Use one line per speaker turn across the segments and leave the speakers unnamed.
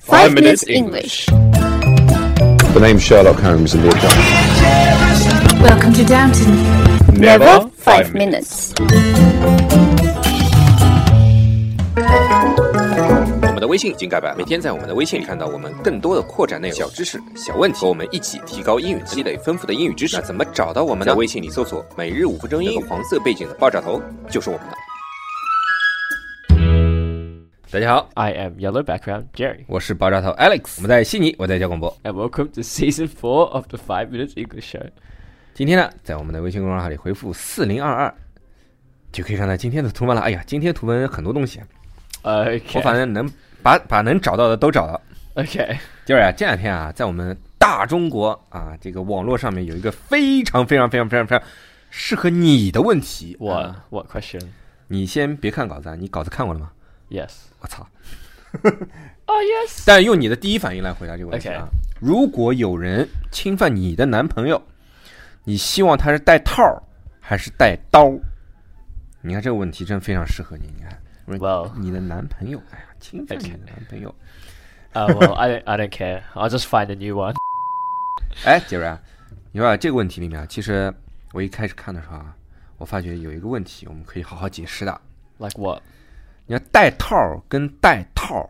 Five Minutes English.
The name's Sherlock Holmes in the account.
Welcome to Downton.
Never five minutes.
我们的微信已经改版，每天在我们的微信里看到我们更多的扩展内容、小知识、小问题，和我们一起提高英语，积累丰富的英语知识。那怎么找到我们呢？在微信里搜索“每日五分钟英语”，黄色背景的爆炸头就是我们的。大家好，
I am Yellow Background Jerry,
我是爆炸头 Alex，我们在悉尼，我在教广播。
and welcome to season four of the Five Minutes English Show.
今天呢，在我们的微信公众号里回复四零二二，就可以看到今天的图文了。哎呀，今天图文很多东西，我
Okay.
反正能把把能找到的都找到。
Okay.
就是啊，这两天啊，在我们大中国啊这个网络上面有一个非常非常非常非常非常适合你的问题。
What?
啊
Uh, What question?
你先别看稿子啊，你稿子看过了吗？
Yes.
我操！
Oh yes.
但用你的第一反应来回答这个问题啊。如果有人侵犯你的男朋友，你希望他是带套儿还是带刀？你看这个问题真非常适合你。你看，
Well.
你的男朋友，哎呀，侵犯你的男朋友。
Oh well. I don't. I don't care. I'll just find a new one.
哎，杰瑞啊，你说啊这个问题里面啊，其实我一开始看的时候啊，我发觉有一个问题我们可以好好解释的。
Like what?
你看带套儿跟带套儿，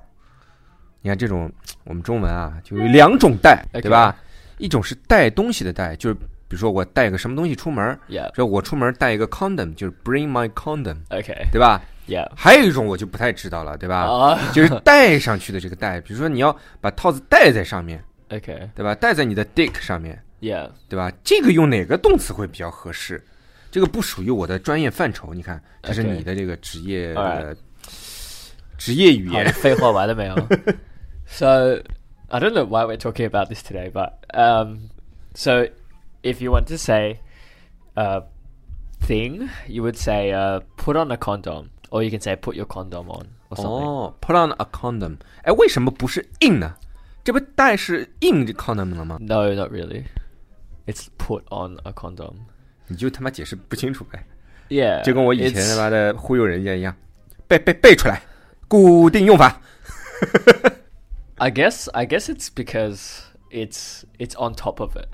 你看这种我们中文啊，就有两种带，
OK
对吧？一种是带东西的带，就是比如说我带个什么东西出门儿，
Yeah.
这我出门儿带一个 condom，就是 bring my condom，
Okay.
对吧？
Yeah.
还有一种我就不太知道了，对吧？
Uh,
就是带上去的这个带，比如说你要把套子戴在上面，
Uh, okay.
对吧？戴在你的 dick 上面，
Yeah.
对吧？这个用哪个动词会比较合适？这个不属于我的专业范畴，你看，这是
OK
你的这个职业
Alright
呃职业语言。
好，废话完了没有？so, I don't know why we're talking about this today, but um, so if you want to say uh, thing, you would say uh, put on a condom, or you can say put your condom on or something.
哦，put on a condom。哎，为什么不是 in 呢？这不带是 in 这 condom 了吗？
No, not really. It's put on a condom.
你就他妈解释不清楚呗，
Yeah.
就跟我以前
哎 it's-
他妈的忽悠人家一样，背背背出来，固定用法。
I guess I guess it's because it's it's on top of it,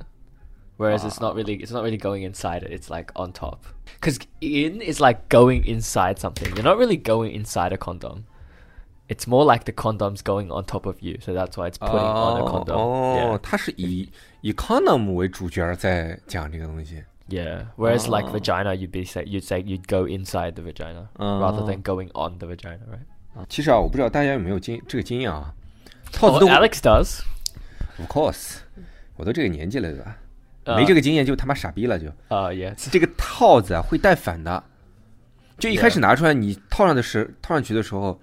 whereas it's not really it's not really going inside it. It's like on top. Because in is like going inside something. You're not really going inside a condom. It's more like the condom's going on top of you. So that's why it's putting on a
哦
condom.
哦，它是以以 condom 为主角在讲这个东西。
Yeah. Yeah. Whereas like vagina, you'd be say you'd say you'd go inside the vagina rather than going on the vagina, right?
其实啊，我不知道大家有没有经这个经验啊，套子
Oh,
都
Alex does.
Of course，我都这个年纪了，对吧？
Uh, 啊
没这个经验就他妈傻逼了就，
Oh yeah. it's-
这个套子啊会带反的，就一开始拿出来你套上的时套上去的时候，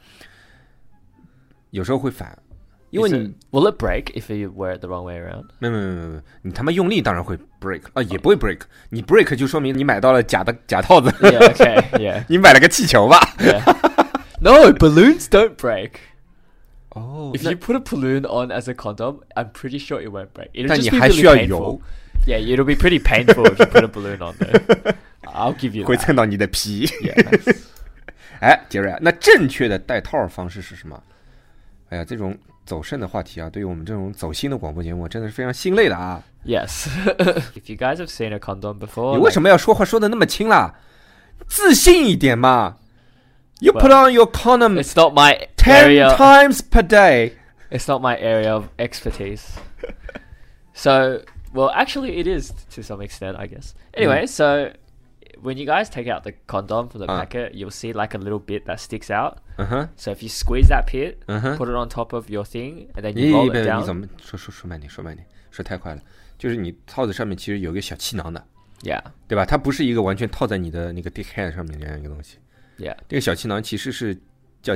有时候会反，因为
Is
你
it- will it break if you wear it the wrong way around?
没有没有没有没有，你他妈用力当然会 break 啊，也不会 break，你 break 就说明你买到了假的假套子，
Yeah. Okay. Yeah.
你买了个气球吧？
No, balloons don't break.
哦
If you put a balloon on as a condom, I'm pretty sure it won't break. It'll
但
just
你
be
还
really
需要
painful.
油
Yeah, it'll be pretty painful if you put a balloon on there. I'll give you
会
that.
蹭到你的皮。
Yeah.
哎，杰瑞啊，那正确的戴套方式是什么？哎呀，这种走肾的话题啊，对于我们这种走心的广播节目，真的是非常心累的啊！
Yes. if you guys have seen a condom before,
你为什么要说话说的那么轻啦？自信一点嘛！You put on your condom
like, it's not my
ten
area.
times per day。
It's not my area of expertise. so, well, actually, it is to some extent, I guess. Anyway, so when you guys take out the condom from the
Mm. Uh.
packet, you'll see like a little bit that sticks out.
嗯哼，
So if you squeeze that pit,
Uh-huh.
put it on top of your thing, and then
你
you roll
别
it
你怎
down.
么说说说慢点，说慢点，说太快了。就是你套子上面其实有一个小气囊的，
Yeah,
对吧？它不是一个完全套在你的那个 dick head 上面这样一个东西。
yeah,
这个小气囊其实是叫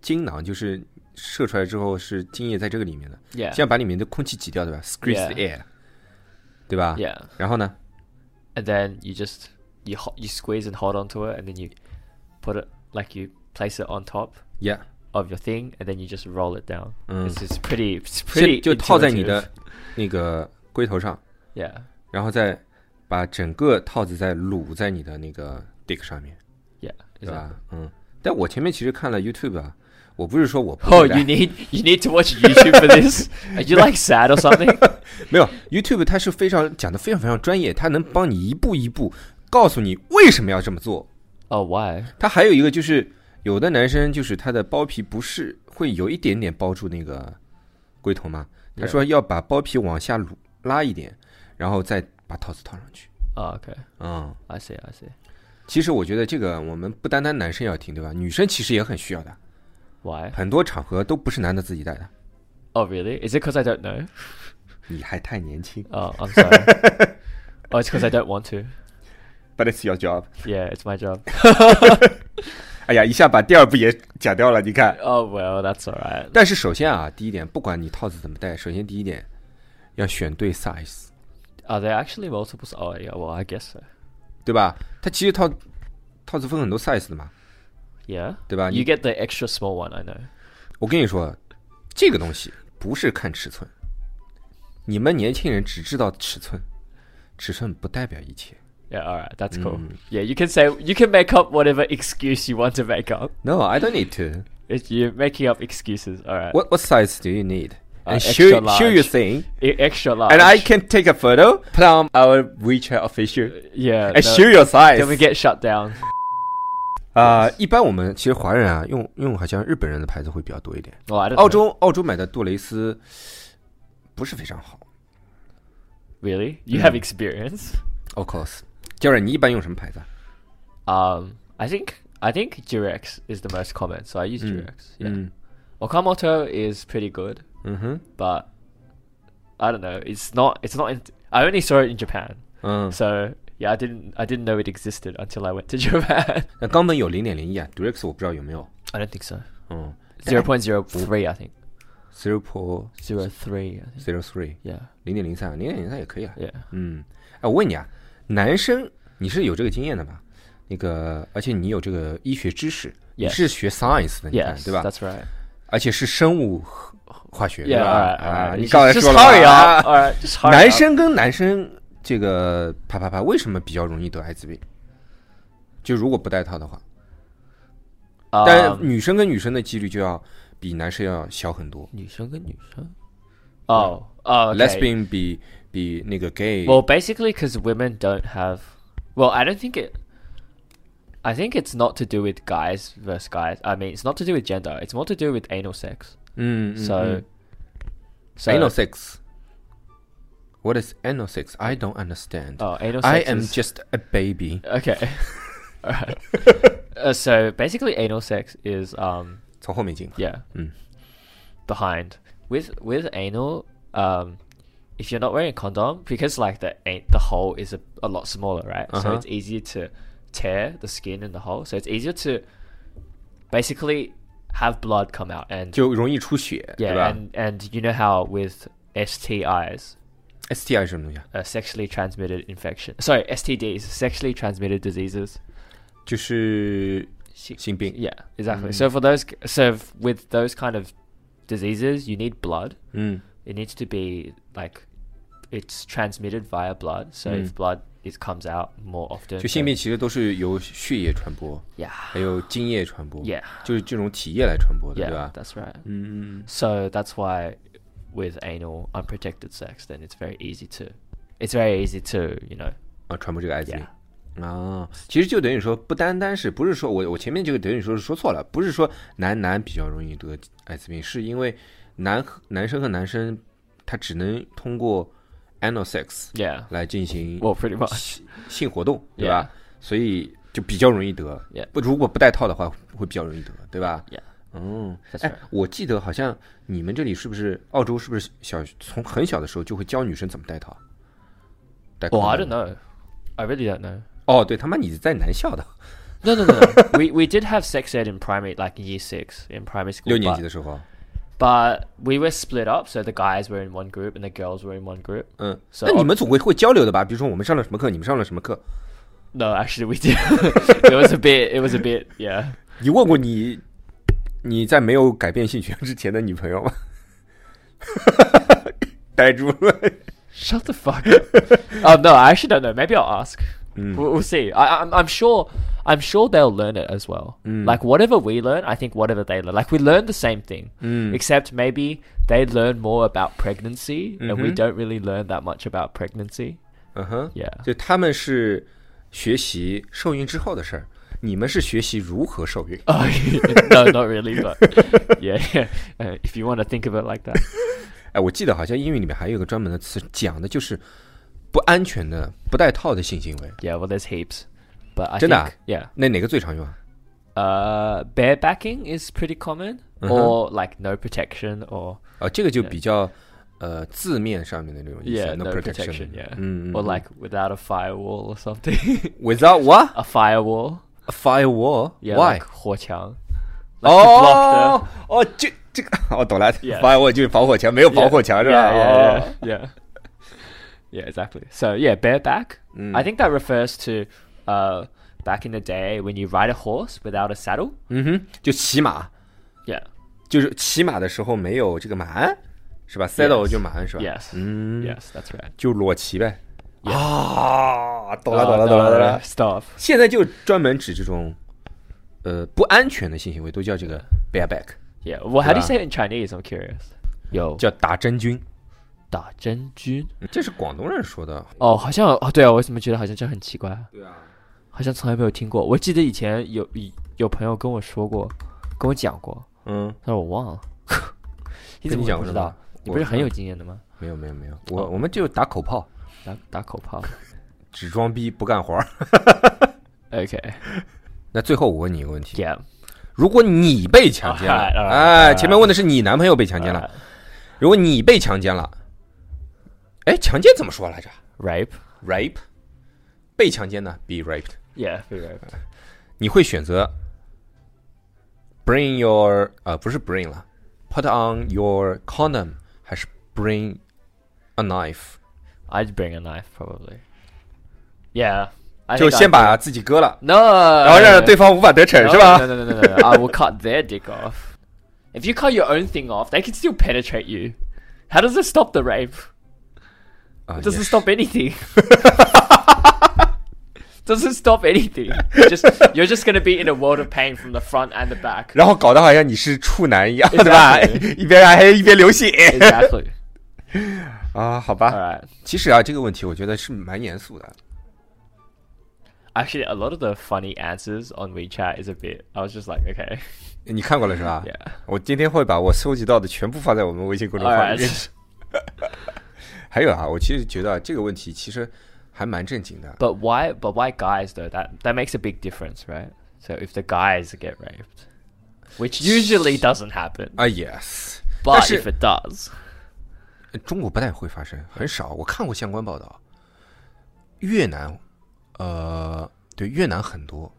精囊，就是射出来之后是精液在这个里面的，
yeah,
先把里面的空气挤掉，对吧？Squeeze the air，对吧
yeah.
然后呢，
And then you just you ho- you squeeze and hold onto it, and then you put it like you place it on top
y e a h
of your thing, and then you just roll it down.
Mm.
It's, it's pretty. It's
先
pretty.
就套在你
intuitive.
的那个龟头上，
Yeah.
然后再把整个套子再撸在你的那个 dick 上面，
Yeah.
对
Exactly.
吧？嗯。但我前面其实看了 YouTube 啊，我不是说我不
Oh,
会带
you need you need to watch YouTube for this? Are you like sad or something?
没有 YouTube 它是非常讲的非常非常专业，它能帮你一步一步告诉你为什么要这么做。
Oh, why?
它还有一个就是，有的男生就是他的包皮不是会有一点点包住那个龟头嘛，他说要把包皮往下撸拉一点，然后再把套子套上去。
Oh, okay.
嗯，
I see. I see.
其实我觉得这个我们不单单男生要听，对吧？女生其实也很需要的，
Why?
很多场合都不是男的自己带的。
Oh, really? Is it because I don't know?
你还太年轻
Oh, I'm sorry. oh, it's because I don't want to.
，But it's your job。
Yeah, it's my job.
哎呀，一下把第二步也讲掉了，你看。
Oh well, that's alright.
但是首先啊，第一点，不管你套子怎么戴，首先第一点要选对 size，
Are there actually multiples? Oh yeah, well I guess so.
对吧？它其实套套子分很多 size 的嘛。
Yeah.
对吧？
You
你-
get the extra small one, I know.
我跟你说，这个东西不是看尺寸，你们年轻人只知道尺寸，尺寸不代表一切。
Yeah, alright, that's cool.
Mm.
Yeah, you can say you can make up whatever excuse you want to make up.
No, I don't need to.
If you're making up excuses, alright.
What what size do you need?
Uh,
And show
extra
show your
large.
thing,
E- extra large.
and I can take a photo, put on our WeChat official,
Yeah.
and
no,
show your
then we
size.
get shut down.
啊、一般我们其实华人啊，用用好像日本人的牌子会比较多一点。
Well, I don't
澳
know.
洲澳洲买的杜蕾斯不是非常好
Really? You have experience?
，of course。教练，你一般用什么牌子啊？
Um, I think I think Durex is the most common, so I use Durex. Yeah.
嗯
Okamoto is pretty good,
嗯哼
but I don't know. It's not. It's not. In, I only saw it in Japan,
嗯，
so yeah, I didn't. I didn't know it existed until I went to Japan.
那冈本有零点零一啊，Durex 我不知道有没有。
I don't think so.
嗯
Zero point zero three, I think.
，zero four
Zero three, I think.
zero three，
Yeah,
零点零三，零点零三也可以啊。
yeah.
嗯，哎，我问你啊，男生你是有这个经验的吧？那个，而且你有这个医学知识，你
Yes
是学 science 的，你看
Yes,
对吧？
that's right.
而且是生物和化学，对
Yeah,
吧？
all right,
啊，
all
你
right.
刚才
Just,
说
just
了
hurry
啊
up. All right, just hurry
男
up.
生跟男生这个啪啪啪，为什么比较容易得艾滋病？就如果不戴套的话，但
Um,
女生跟女生的几率就要比男生要小很多。
女生跟女生? Oh, oh, okay.
Lesbian 比比那个 gay，
Well, basically, because women don't have. Well, I don't think it. I think it's not to do with guys versus guys. I mean, it's not to do with gender. It's more to do with anal sex.
嗯，嗯
So, so
嗯 Mm-hmm. anal sex。What is anal sex? I don't understand.
Oh, anal
I
sex
am
is-
just a baby.
Okay. Alright. uh, so basically, anal sex is um
从后面进。
yeah
Mm.
behind with with anal um if you're not wearing a condom because like the an- the hole is a, a lot smaller right so
Uh-huh.
it's easier to tear the skin in the hole so it's easier to basically have blood come out and
就容易出血，对
yeah
吧
and and you know how with STIs
？STI 是什么东西啊？
uh, sexually transmitted infection sorry STDs sexually transmitted diseases
就是性病。
Yeah, exactly. So for those, so f- with those kind of diseases, you need blood.
嗯
It needs to be like it's transmitted via blood. So if blood is comes out more often,
就
then-
性病其实都是由血液传播，
Yeah,
还有精液传播
Yeah
就是这种体液来传播的，对
yeah,
吧？
that's right.
嗯，嗯
So that's why with anal unprotected sex, then it's very easy to, it's very easy to you know,
啊，传播这个艾滋
yeah.
病啊，其实就等于说，不单单是不是说我我前面这个等于说是说错了，不是说男男比较容易得艾滋病，是因为男和男生和男生他只能通过 anal sex
Yeah,
来进行
well, pretty much.
性性活动，对吧？所以就比较容易得
Yeah。
不，如果不戴套的话，会比较容易得，对吧
Yeah？
嗯，
That's
哎
right.，
我记得好像你们这里是不是澳洲是不是小从很小的时候就会教女生怎么戴套？戴
Well, I
口
don't
罩
know. I really don't know.
哦，对他妈你在南校的
No, no, no. no. we we did have sex ed in primary, like year six in primary school.
六年
but-
级的时候，
But we were split up, so the guys were in one group and the girls were in one group.
嗯，
So
那你们总会会交流的吧？比如说我们上了什么课，你们上了什么课？
No, actually, we did. it was a bit. It was a bit. Yeah.
你问过你你在没有改变性取向之前的女朋友吗？呆住了。
Shut the fuck up. um, no, I actually don't know. Maybe I'll ask. We'll, we'll see. I, I'm, I'm sure. I'm sure they'll learn it as well. Like whatever we learn, I think whatever they learn, like we learn the same thing, except maybe they learn more about pregnancy, and we don't really learn that much about pregnancy.
嗯哼
Yeah
就他们是学习受孕之后的事儿，你们是学习如何受孕。
Oh, yeah. no, not really. But yeah, yeah. Uh, if you want to think of it like that,
哎，我记得好像英语里面还有一个专门的词，讲的就是不安全的、不带套的性行为。
yeah. Well, there's heaps, but I
真的啊
think yeah.
那哪个最常用啊？
Uh, barebacking is pretty common, or like no protection, or
啊，这个就比较呃字面上面的那种意思
yeah, no protection, Mm, yeah,
嗯
or like without a firewall or something.
without what
a firewall,
a firewall
yeah,
why
like 火墙. Like to block
哦哦这这个我懂了
Yeah
firewall 就是防火墙，没有
the-
防火墙是
yeah,
吧？哦
yeah, yeah, yeah. Yeah, exactly. So yeah, bareback. I think that refers to uh, back in the day when you ride a horse without a saddle.
嗯哼，就骑马，
Yeah.
就是骑马的时候没有这个马鞍，是吧？saddle
Yes
就马鞍是吧嗯
Yes. Mm. Yes, that's right.
就裸骑呗。啊，懂了
Oh,
懂了
no,
懂了
no,
懂
no,
了。
Stop.
现在就专门指这种，呃，不安全的性行为都叫这个 bareback，
Yeah. Well, how do
Yeah.
you say it in Chinese? I'm curious. Yo.
叫打真菌，
打真菌
这是广东人说的。
哦，好像哦，对啊，我怎么觉得好像这很奇怪啊？
对啊，
好像从来没有听过。我记得以前有有有朋友跟我说过，跟我讲过，
嗯，
但是我忘了。你怎么
跟你讲
会不
过
知
什
道哦
么？
你不是
我
很有经验的吗？
没有没有没有，我我们就打口炮，
打打口炮。
只装逼不干活儿。
Okay.
那最后我问你一个问题：
Yeah.
如果你被强 奸了
Alright, alright,
哎，
alright.
前面问的是你男朋友被强奸
哎
了，如果你被强奸了，哎，强奸怎么说来着
Rape.
？rape，被强奸呢？be raped，
Yeah. Be raped.
你会选择 bring your 呃不是 bring 了，put on your condom 还是 bring a knife？
I'd bring a knife probably. Yeah. I
就
think I'd
先把自己割了，
No.
然后让对方无法得逞，是
No,
吧？
no, no, no, no, no. I will cut their dick off. If you cut your own thing off, they can still penetrate you. How does it stop the rape?
啊
It doesn't
也是
stop anything. doesn't stop anything. Just you're just gonna be in a world of pain from the front and the back.
然后搞得好像你是处男一样，对
Exactly
吧？一边还一边流血
Exactly.
啊，好吧。
All right.
其实啊，这个问题我觉得是蛮严肃的。
Actually, a lot of the funny answers on WeChat is a bit. I was just like, okay.
你看过了是吧
Yeah.
我今天会把我搜集到的全部发在我们微信公众
All
号里
right.
面。还有啊，我其实觉得啊这个问题其实还蛮正经的。
But why? But why guys though? That that makes a big difference, right? So if the guys get raped, which usually doesn't happen,
啊，yes，但
but
是
if it does,
中国不太会发生，很少。我看过相关报道，越南，呃，对越南很多，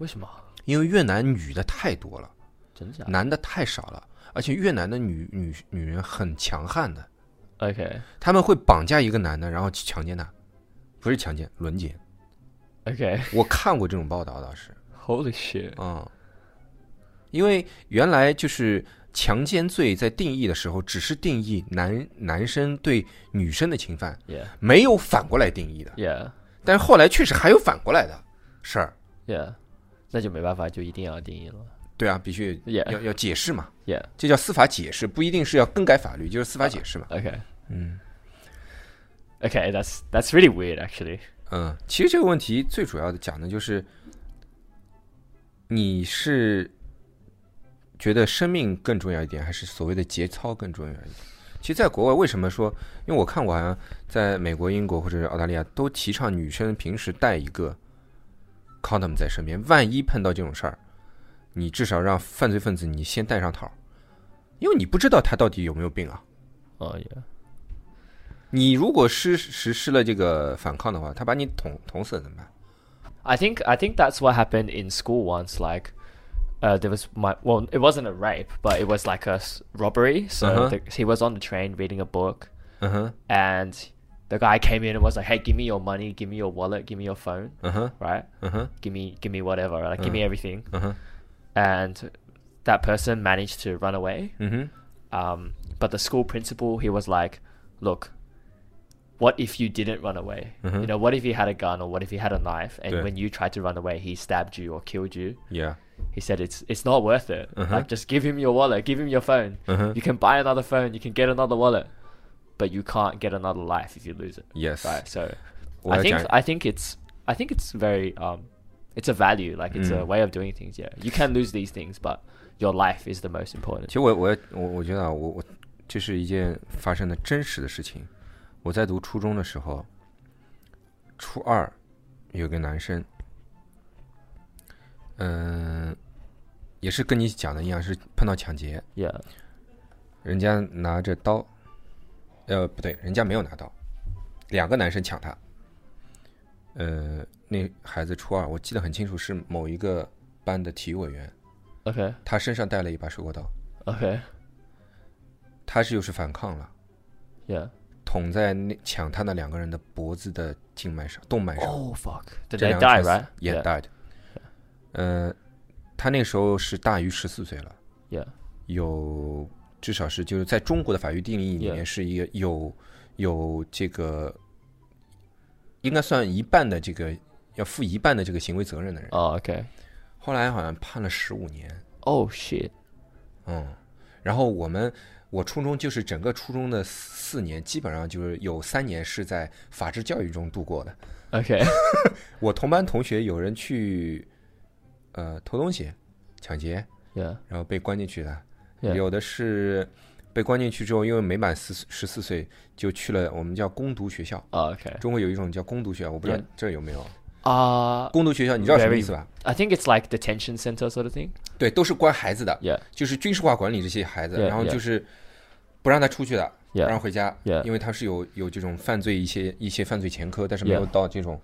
因为越南女的太多了，
为什么？真假？
男的太少了，而且越南的女女女人很强悍的，
Okay.
他们会绑架一个男的，然后去强奸他，不是强奸，轮奸。
Okay.
我看过这种报道，倒是，
Holy shit.
嗯，因为原来就是强奸罪在定义的时候，只是定义男男生对女生的侵犯，
Yeah.
没有反过来定义的。
Yeah.
但是后来确实还有反过来的事儿，
Yeah. 那就没办法，就一定要定义了。
对啊，必须
Yeah
要要解释嘛，
Yeah.
这叫司法解释，不一定是要更改法律，就是司法解释嘛。
Okay. Okay, that's that's really weird, actually.
嗯，其实这个问题最主要的讲的就是，你是觉得生命更重要一点，还是所谓的节操更重要一点？其实，在国外为什么说？因为我看过，好像在美国、英国或者是澳大利亚都提倡女生平时带一个 condom 在身边，万一碰到这种事儿，你至少让犯罪分子你先戴上套，因为你不知道他到底有没有病啊。
Oh yeah.
你如果实实施了这个反抗的话，他把你捅捅死了怎么办？
I think I think that's what happened in school once. Like, uh, there was my well, it wasn't a rape, but it was like a s- robbery. So
Uh-huh.
the, he was on the train reading a book,
嗯哼。
and the guy came in and was like, "Hey, give me your money, give me your wallet, give me your phone,
Uh-huh.
right?
Uh-huh.
Give me, give me whatever, like, give me everything."
Uh-huh.
And that person managed to run away.
Mhm.
Um, but the school principal, he was like, "Look, what if you didn't run away? You know, what if he had a gun or what if he had a knife and
Mm-hmm. Yeah.
when you tried to run away, he stabbed you or killed you?
Yeah.
He said it's it's not worth it.
Mm-hmm.
Like just give him your wallet, give him your phone. You can buy another phone, you can get another wallet, but you can't get another life if you lose it.
Yes.
Right. So
Well,
I think
Jack-
I think it's I think it's very um it's a value, like it's
Mm.
a way of doing things, yeah. You can lose these things, but your life is the most important.
其实我我也我我觉得啊，我我这是一件发生的真实的事情。我在读初中的时候，初二有个男生，嗯、也是跟你讲的一样，是碰到抢劫，
Yeah.
人家拿着刀，呃，不对，人家没有拿刀，两个男生抢他。呃，那孩子初二，我记得很清楚，是某一个班的体育委员，
Okay.
他身上带了一把水果刀，
Okay.
他是又是反抗了。
Yeah.
捅在那抢他那两个人的脖子的静脉上、动脉上。
Oh fuck. Did
这
they
两个
die,
人
right?
Yeah,
yeah.
died。呃，他那时候是大于十四岁了，
Yeah.
有至少是就是在中国的法律定义里面
Yeah.
是一个有有这个，应该算一半的这个要负一半的这个行为责任的人。
Oh, okay.
后来好像判了十五年。
Oh shit.
嗯，然后我们我初中就是整个初中的四年，基本上就是有三年是在法治教育中度过的。
Okay.
我同班同学有人去呃偷东西、抢劫，
yeah.
然后被关进去的
Yeah.
有的是被关进去之后，因为没满四十四岁就去了我们叫攻读学校。
Oh, okay.
中国有一种叫攻读学校，我不知道
Yeah.
这有没有
Uh
攻读学校，你知道什么
Very-
意思吧？
I think it's like detention center sort of thing.
对，都是关孩子的
Yeah.
就是军事化管理这些孩子
Yeah,
然后就是不让他出去的
Yeah.
不让回家
Yeah.
因为他是有有这种犯罪一些一些犯罪前科，但是没
Yeah.
有到这种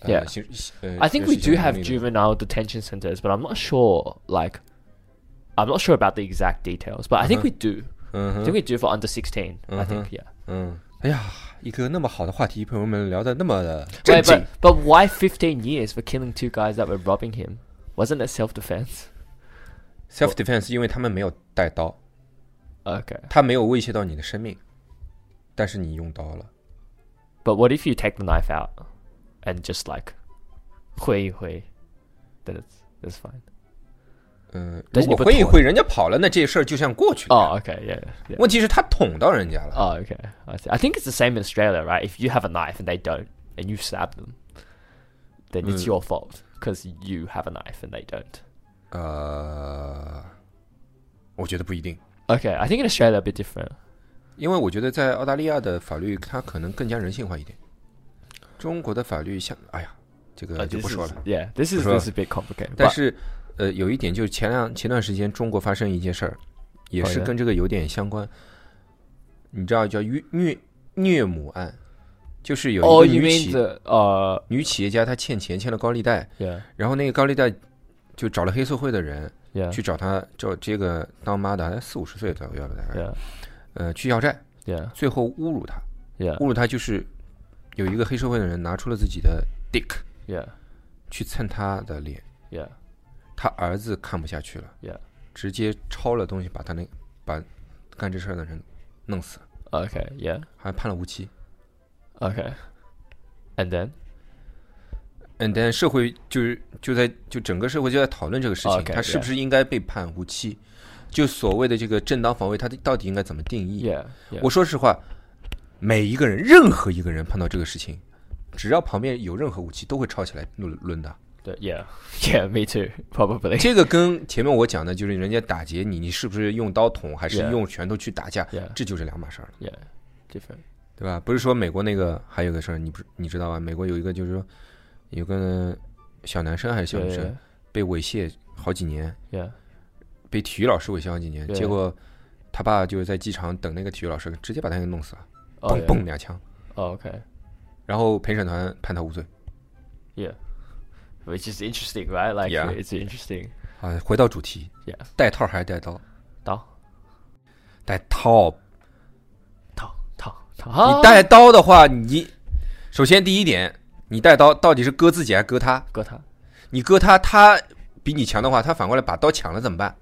呃
Yeah.
刑呃
I think we
刑事行
do
为
have
能力的
juvenile detention centers, but I'm not sure. Like, I'm not sure about the exact details, but I think we do. I think we do for under 16. I think, yeah.
嗯，哎呀，一个那么好的话题，朋友们聊的那么的正
Wait,
经
but,，but why 15 years for killing two guys that were robbing him? Wasn't it self defense?
self defense，因为他们没有带刀，
Okay.
他没有威胁到你的生命，但是你用刀了，
But what if you take the knife out and just like, hui hui? Then it's, it's fine.
嗯，
但
如
是你
果
不
挥一
捅
挥，人家跑了，那这事儿就像过去了。
Oh, okay. Yeah. yeah.
问题是他捅到人家了，
Oh, okay. I, see. I think it's the same in Australia, right? If you have a knife and they don't, and you stab them, then it's your fault because you have a knife and they don't.
呃，我觉得不一定。
Okay, I think in Australia a bit different.
因为我觉得在澳大利亚的法律，它可能更加人性化一点。中国的法律像，哎呀，这个就
this
不说
is-
了。
yeah, this is
不说了。
this is a bit complicated.
但
But
是，呃，有一点就是前两前段时间中国发生一件事儿，也
好
是
的
跟这个有点相关。你知道叫虐虐虐母案，就是有
oh,
一个
you
女
mean
企
the uh
女企业家，她欠钱欠了高利贷，
yeah
然后那个高利贷就找了黑社会的人
yeah
去找她找这个当妈的，四五十岁左右了大概，
yeah
呃，去要债，
yeah
最后侮辱她。
yeah
侮辱他就是有一个黑社会的人拿出了自己的 dick
yeah
去蹭他的脸，
yeah
他儿子看不下去了，
yeah.
直接抄了东西把他那把干这事儿的人弄死了，
Okay, yeah,
还判了无期。
okay. And then
And then 社会就是就在就整个社会就在讨论这个事情
Okay，
他是不是应该被判无期？就所谓的这个正当防卫，他到底应该怎么定义
yeah, yeah.
我说实话，每一个人，任何一个人碰到这个事情，只要旁边有任何武器，都会抄起来抡抡的。
yeah, yeah. Me too, probably.
这个跟前面我讲的，就是人家打劫你，你是不是用刀捅，还是
Yeah.
用拳头去打架
Yeah.
这就是两码事儿了，
Yeah, different.
对吧？不是说美国那个还有个事儿，你不是你知道吧？美国有一个就是说，有个小男生还是小
Yeah,
女
yeah,
生被猥亵好几年，
yeah.
被体育老师猥亵好几年，
Yeah.
结果他爸就是在机场等那个体育老师，直接把他给弄死了，
Oh,
嘣
yeah.
嘣两枪，
Oh, okay.
然后陪审团判他无罪。
Yeah. Which is interesting, right? Like,
Yeah.
it's interesting.
啊，回到主题，
Yeah.
带套还是带刀？
Tao.
带套
Tao. Tao. 哦
你带刀的话，你首先第一点，你带刀到底是割自己还是割他？你割他，他比你强的话，他反过来把刀抢了怎么办？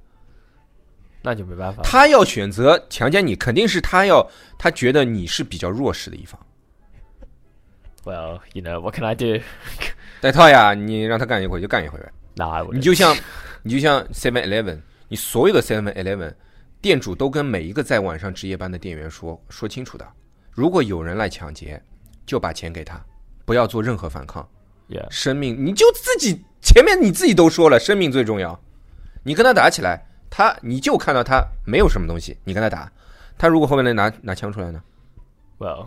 他要选择强奸你，肯定是他要他觉得你是比较弱势的一方，
Well, you know, what can I do?
戴套呀，你让他干一回就干一回呗。
nah, I wouldn't.
你就像你就像 Seven Eleven，你所有的 Seven Eleven 店主都跟每一个在晚上值夜班的店员说说清楚的，如果有人来抢劫，就把钱给他，不要做任何反抗。
yeah.
生命，你就自己前面你自己都说了，生命最重要。你跟他打起来，他你就看到他没有什么东西，你跟他打，他如果后面来拿拿枪出来呢？
Well,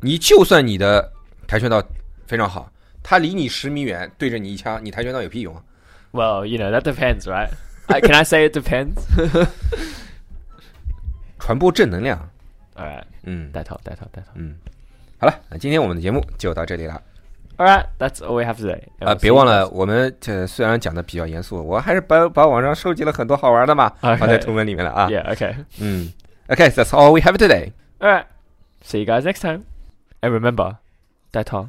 你就算你的跆拳道非常好，他离你十米远对着你一枪，你跆拳道有屁用啊？
well, you know, that depends, right? I, can I say it depends?
传播正能量，
All right.
嗯，
That helped, that helped, that helped.
好了，那今天我们的节目就到这里了
All right, that's all we have today. And
啊、
we'll see
别
you
忘
guys-
了，我们这虽然讲的比较严肃，我还是把把网上收集了很多好玩的嘛，放
OK
在图文里面了啊。
Yeah, okay.
嗯，OK，that's、all we have today。
All right. See you guys next time. And remember, that helped.